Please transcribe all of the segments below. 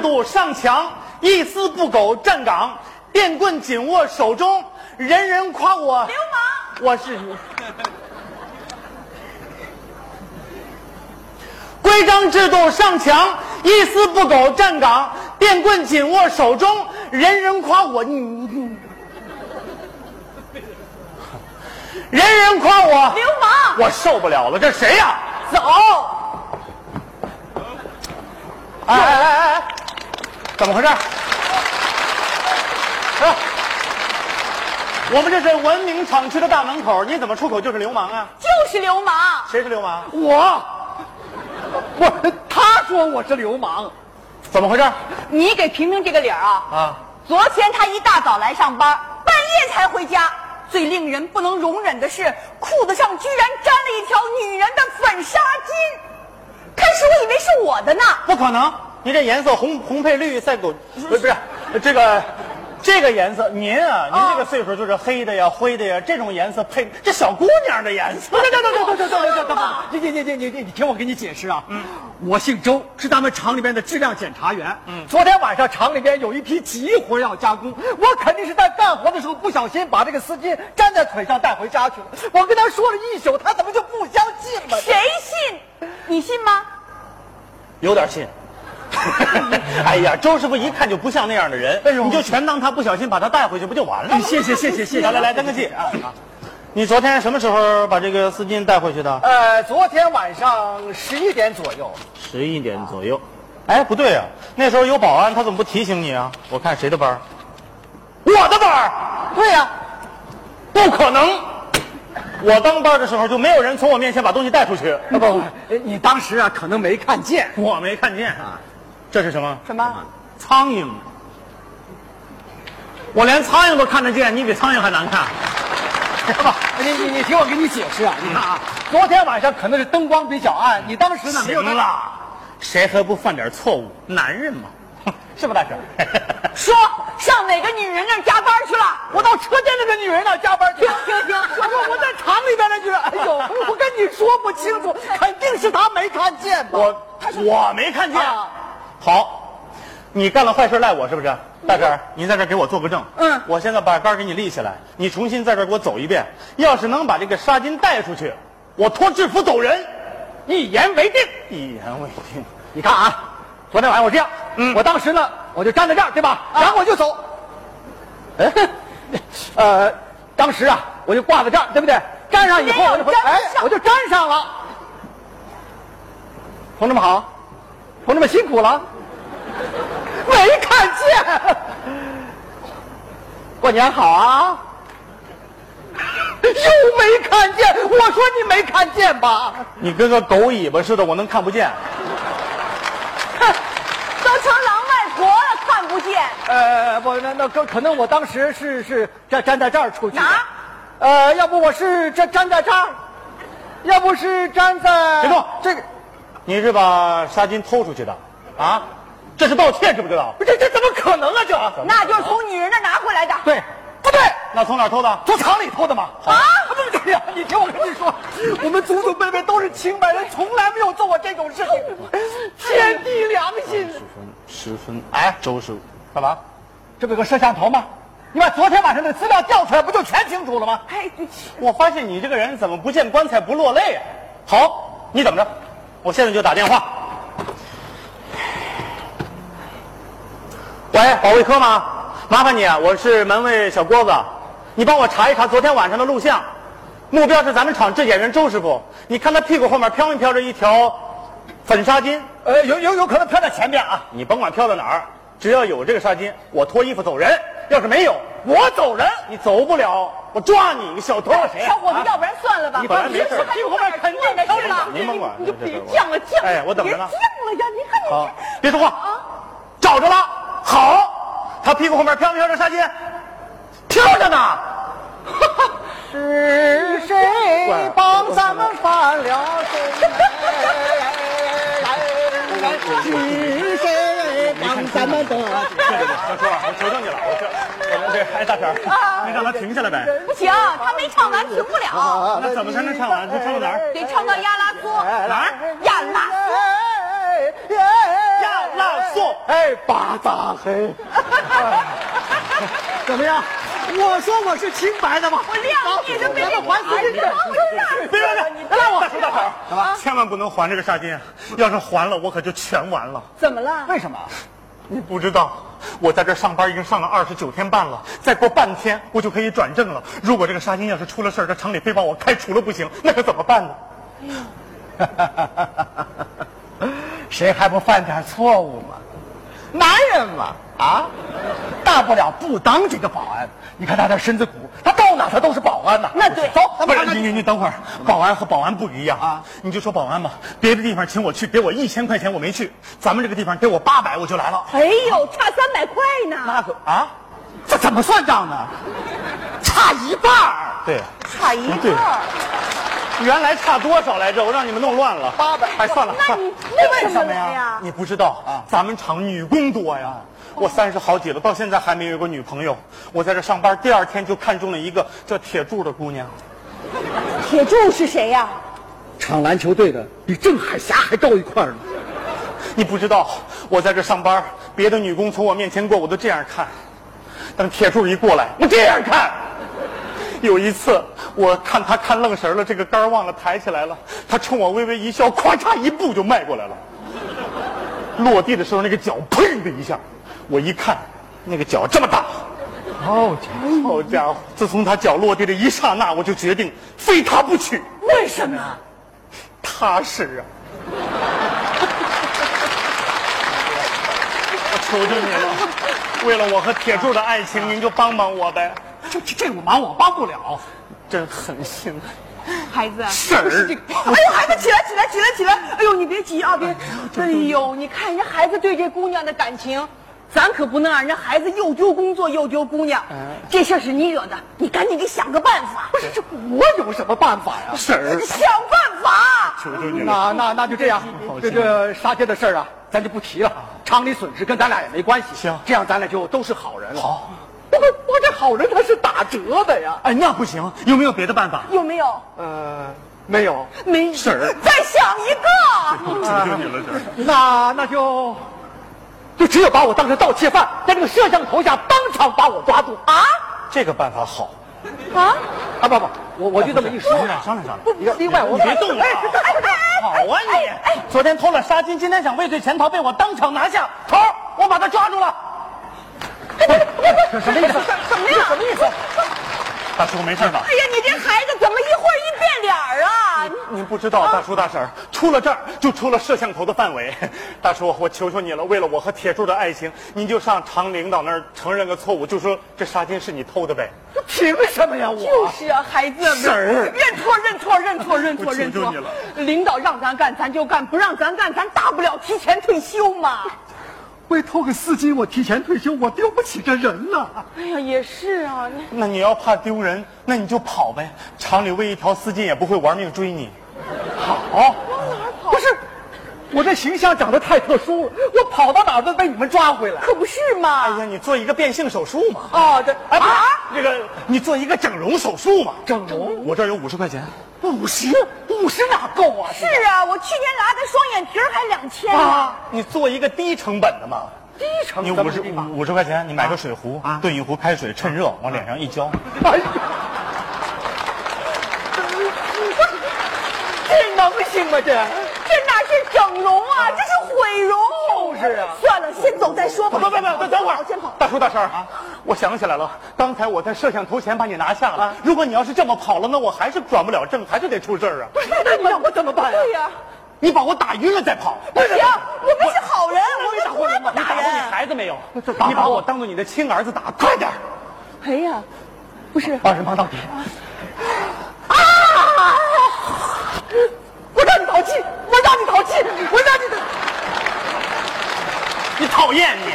度上强，一丝不苟站岗，电棍紧握手中，人人夸我流氓，我是规章制度上强，一丝不苟站岗，电棍紧握手中，人人夸我你，你人人夸我流氓，我受不了了，这谁呀、走！哎哎哎哎，怎么回事？哎，我们这是文明厂区的大门口，你怎么出口就是流氓啊？就是流氓，谁是流氓？啊我，不，他说我是流氓，怎么回事？你给评评这个理儿啊！啊，昨天他一大早来上班，半夜才回家。最令人不能容忍的是，裤子上居然沾了一条女人的粉纱巾。开始我以为是我的呢，不可能！您这颜色红红配绿赛狗，嗯不是不是这个这个颜色，您哦啊，您这个岁数就是黑的呀、灰的呀，这种颜色配这小姑娘的颜色。等等等等等等等等等， 你你你你你你你听我给你解释啊。我姓周，是咱们厂里边的质量检查员。昨天晚上厂里边有一批急活要加工，我肯定是在干活的时候不小心把这个丝巾粘在腿上带回家去了。我跟他说了一宿，他怎么就不相信了？谁信？你信吗？有点信。 哎呀，周师傅一看就不像那样的人，为什么你就全当他不小心把他带回去不就完了吗？谢谢谢谢谢谢来来来，登个记啊！你昨天什么时候把这个丝巾带回去的？呃，昨天晚上十一点左右，十一点左右。哎，不对啊，那时候有保安，他怎么不提醒你啊？我看谁的班儿？我的班儿？对呀、不可能！我当班儿的时候就没有人从我面前把东西带出去，啊不，你当时啊可能没看见。我没看见啊。这是什么？什么？苍蝇。我连苍蝇都看得见，你比苍蝇还难看。你你你听我给你解释啊，你看啊，昨天晚上可能是灯光比较暗，你当时呢没有行了，谁还不犯点错误？男人嘛，是不是大婶？说上哪个女人那儿加班去了？我到车间那个女人那儿加班去停了。停停！我说我在厂里边那女人，哎呦，我跟你说不清楚，肯定是她没看见吧？ 我 我没看见。啊好，你干了坏事赖我是不是？大婶，您在这儿给我做个证。嗯我现在把杆儿给你立起来，你重新在这儿给我走一遍。要是能把这个纱巾带出去，我脱制服走人，一言为定。一言为定。你看啊，昨天晚上我这样，嗯我当时呢，我就站在这儿，对吧？然后我就走，哎， 呃，当时啊，我就挂在这儿，对不对？粘上以后，没有我就回粘哎，上我就粘上了。同志们好，同志们辛苦了，没看见，过年好啊。又没看见，我说你没看见吧？你跟个狗尾巴似的，我能看不见？都成狼外婆了，看不见。呃，不，那那可可能我当时是是站站在这儿出去的哪儿呃，要不我是站站在这儿，要不是站在别动哎这个，你是把纱巾偷出去的啊？这是盗窃，知不知道？不这这怎么可能啊？这那就是从女人那儿拿回来的。对不对？那从哪儿偷的？从厂里偷的嘛？啊不对呀！你听我跟你说，我们祖祖辈辈都是清白人，从来没有做过 这种事哎情，天地良心。分，十分。哎，周师傅，干嘛？这不有个摄像头吗？你把昨天晚上的资料调出来，不就全清楚了吗？哎，对我发现你这个人怎么不见棺材不落泪啊？好，你等着，我现在就打电话。喂，保卫科吗？麻烦你啊，我是门卫小郭子，你帮我查一查昨天晚上的录像，目标是咱们厂质检员周师傅，你看他屁股后面飘没飘着一条粉纱巾？呃，有有有可能飘在前边啊。你甭管飘到哪儿，只要有这个纱巾，我脱衣服走人；要是没有，我走人。你走不了，我抓你，你小偷谁啊？小伙子啊，要不然算了吧。你本来没事儿还有点肯定劲儿呢挑是着吧呢？您甭管你就这事别儿我犟了，犟了。哎我等着呢别犟了呀！你看你好，啊别说话，啊找着了。好，他屁股后面飘没飘着纱巾？飘着呢。是谁帮咱们翻了身？是谁帮咱们的？小春，我求求你了，我这我这哎大婶儿，你让他停下来呗。不行，他没唱完停不了，那怎么才能唱完？他唱到哪儿？哎得唱到亚拉苏。哪儿？亚拉呀亚浪速。哎，巴扎黑。怎么样？我说我是清白的吗？我谅解都没咱给们你啊还你王坤俗 呐别别别！让我大叔大婶儿，什么千万不能还这个纱巾，要是还了，我可就全完了。怎么了？为什么？你不知道，我在这上班已经上了二十九天半了，再过半天我就可以转正了。如果这个纱巾要是出了事儿，这厂里非把我开除了不行，那可怎么办呢？ 谁还不犯点错误嘛？男人嘛，啊，大不了不当这个保安。你看他这身子骨，他到哪他都是保安呐。那对走，不咱们是看看你你你等会儿，保安和保安不一样啊！你就说保安吧，别的地方请我去，给我一千块钱我没去，咱们这个地方给我八百我就来了。哎呦，差三百块呢，那个啊，这怎么算账呢？差一半儿，对，差一对半儿。原来差多少来着？我让你们弄乱了。八百哎，算了，那算 你了为什什么么呀呀？你不知道啊咱们厂女工多嗯呀。我三十好几了，到现在还没有一个女朋友。我在这上班，第二天就看中了一个叫铁柱的姑娘。铁柱是谁呀？场篮球队的比郑海霞还高一块儿呢。你不知道，我在这上班，别的女工从我面前过，我都这样看。等铁柱一过来，我这样看。有一次，我看他看愣神儿了，这个杆儿忘了抬起来了，他冲我微微一笑，咵嚓一步就迈过来了。落地的时候，那个脚砰的一下，我一看，那个脚这么大。哦，好家伙！自从他脚落地的一刹那，我就决定非他不娶。为什么？踏实啊！ 我求求你了，为了我和铁柱的爱情，您就帮帮我呗！这这这忙我帮不了。真狠心，孩子，啊婶不是这儿个。哎呦，孩子起来，起来，起来，起来！哎呦，你别急啊，别！哎呦，你看人家孩子对这姑娘的感情，咱可不能让人家孩子又丢工作又丢姑娘。哎这事儿是你惹的，你赶紧给想个办法，不是这我有什么办法呀？婶儿，想办法。 求求你了！那那那就这样，这个杀街的事儿啊，咱就不提了。厂里损失跟咱俩也没关系。行这样咱俩就都是好人了。好，不过我这好人他是打折的呀。哎，那不行，有没有别的办法？有没有？呃，没有，没婶儿再想一求个。求你了，婶儿！那那就就只有把我当成盗窃犯，在这个摄像头下当场把我抓住啊这个办法好，啊！啊！不不，我我就这么一说商。量商量商量。你看另外我你别动啊我哎哎哎好啊哎你！昨天偷了纱巾，今天想畏罪潜逃，被我当场拿下。头儿，我把他抓住了。哎这什么意思？什么呀？什么意思？大叔没事吧？哎呀，你这孩子怎么一会儿一变脸儿啊？您不知道，大叔大婶儿，出了这儿就出了摄像头的范围。 大叔，我求求你了，为了我和铁柱的爱情，您就上厂领导那儿承认个错误，就说这纱巾是你偷的呗。凭什么呀？我就是啊，孩子，婶儿认错，认错，认错，认错，我求求认错你了。领导让咱干，咱就干；不让咱干，咱大不了提前退休嘛。为偷个丝巾，我提前退休，我丢不起这人呐。哎呀，也是啊，你那你要怕丢人，那你就跑呗。厂里为一条丝巾也不会玩命追你。跑？不是，我这形象长得太特殊了，我跑到哪儿都被你们抓回来。可不是嘛？哎呀，你做一个变性手术嘛？哦，对哎，不是啊，这个你做一个整容手术嘛？整容我这儿有五十块钱。五十，五十哪够啊？是啊，我去年拉的双眼皮儿还两千呢。啊，你做一个低成本的嘛？低成你本五十五十块钱，你买个水壶啊炖一壶开水，趁热往脸上一浇。哎呀， 这能行吗？这这哪是整容啊，这是毁容。就是啊算了，先走再说吧。不啊不不不，等会儿我先跑，。大叔大婶儿啊，我想起来了，刚才我在摄像头前把你拿下了。如果你要是这么跑了，那我还是转不了正，还是得出事儿啊！那你让我怎么办呀？对呀，你把我打晕了再跑，不行，我们是好人，我你们打从过来人不吗？你打打过你人。孩子没有？打你把我当做你的亲儿子打，快点儿！哎呀，不是，帮人帮到底。我让你淘气，我让你淘气，我让你淘你讨厌你，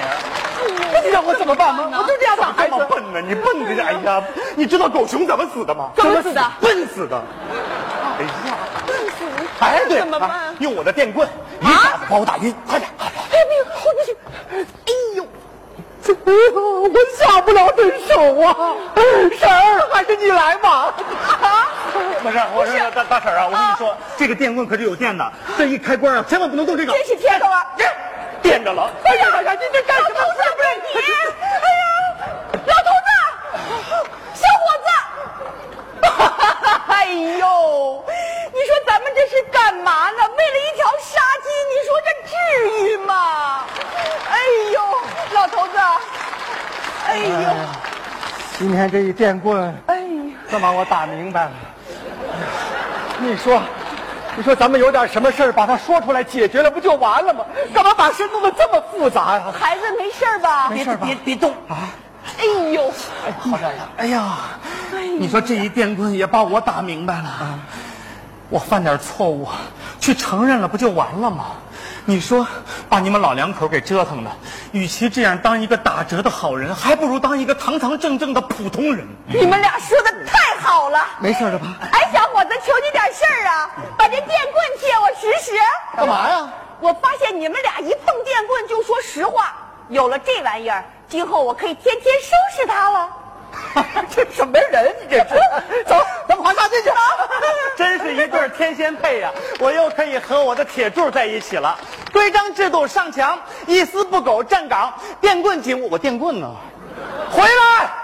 那你让我怎么办吗？我就这样打孩这子么。笨呢？你笨的，哎呀！你知道狗熊怎么死的吗？怎么死的笨死的。哎呀，哎那对，怎么办啊用我的电棍一下子把我打晕，快点！快点哎呦，哎呦，哎呦，我下不了这手啊！婶儿，还是你来吧。不是，哦我说大大婶儿啊，我跟你说，这个电棍可是有电的，这一开关啊，千万不能动这个。真是天头啊！这垫着了。哎呀呀呀！你这干什么？老头不是想不是你，哎呀，老头子，小伙子，哎呦，你说咱们这是干嘛呢？为了一条杀鸡，你说这至于吗？哎呦，老头子，哎呦，今天这一电棍哎呦，算把我打明白了。你说，你说咱们有点什么事儿，把它说出来解决了，不就完了吗？干嘛把事弄得这么复杂呀、孩子没事儿吧？没事吧别别动！哎呦，好点呀。哎呀，你说这一电棍也把我打明白了，我犯点错误，啊去承认了不就完了吗？你说把你们老两口给折腾的，与其这样当一个打折的好人，还不如当一个堂堂正正的普通人。你们俩说的太好了。没事了吧？哎，小伙子，求你点事儿啊！把这电棍借我使使。干嘛呀？我发现你们俩一碰电棍就说实话。有了这玩意儿，今后我可以天天收拾它了。 这什么人？你这是？走，咱们爬下去去。真是一对儿天仙配呀、我又可以和我的铁柱在一起了。规章制度上墙，一丝不苟站岗，电棍紧我，我电棍呢？回来！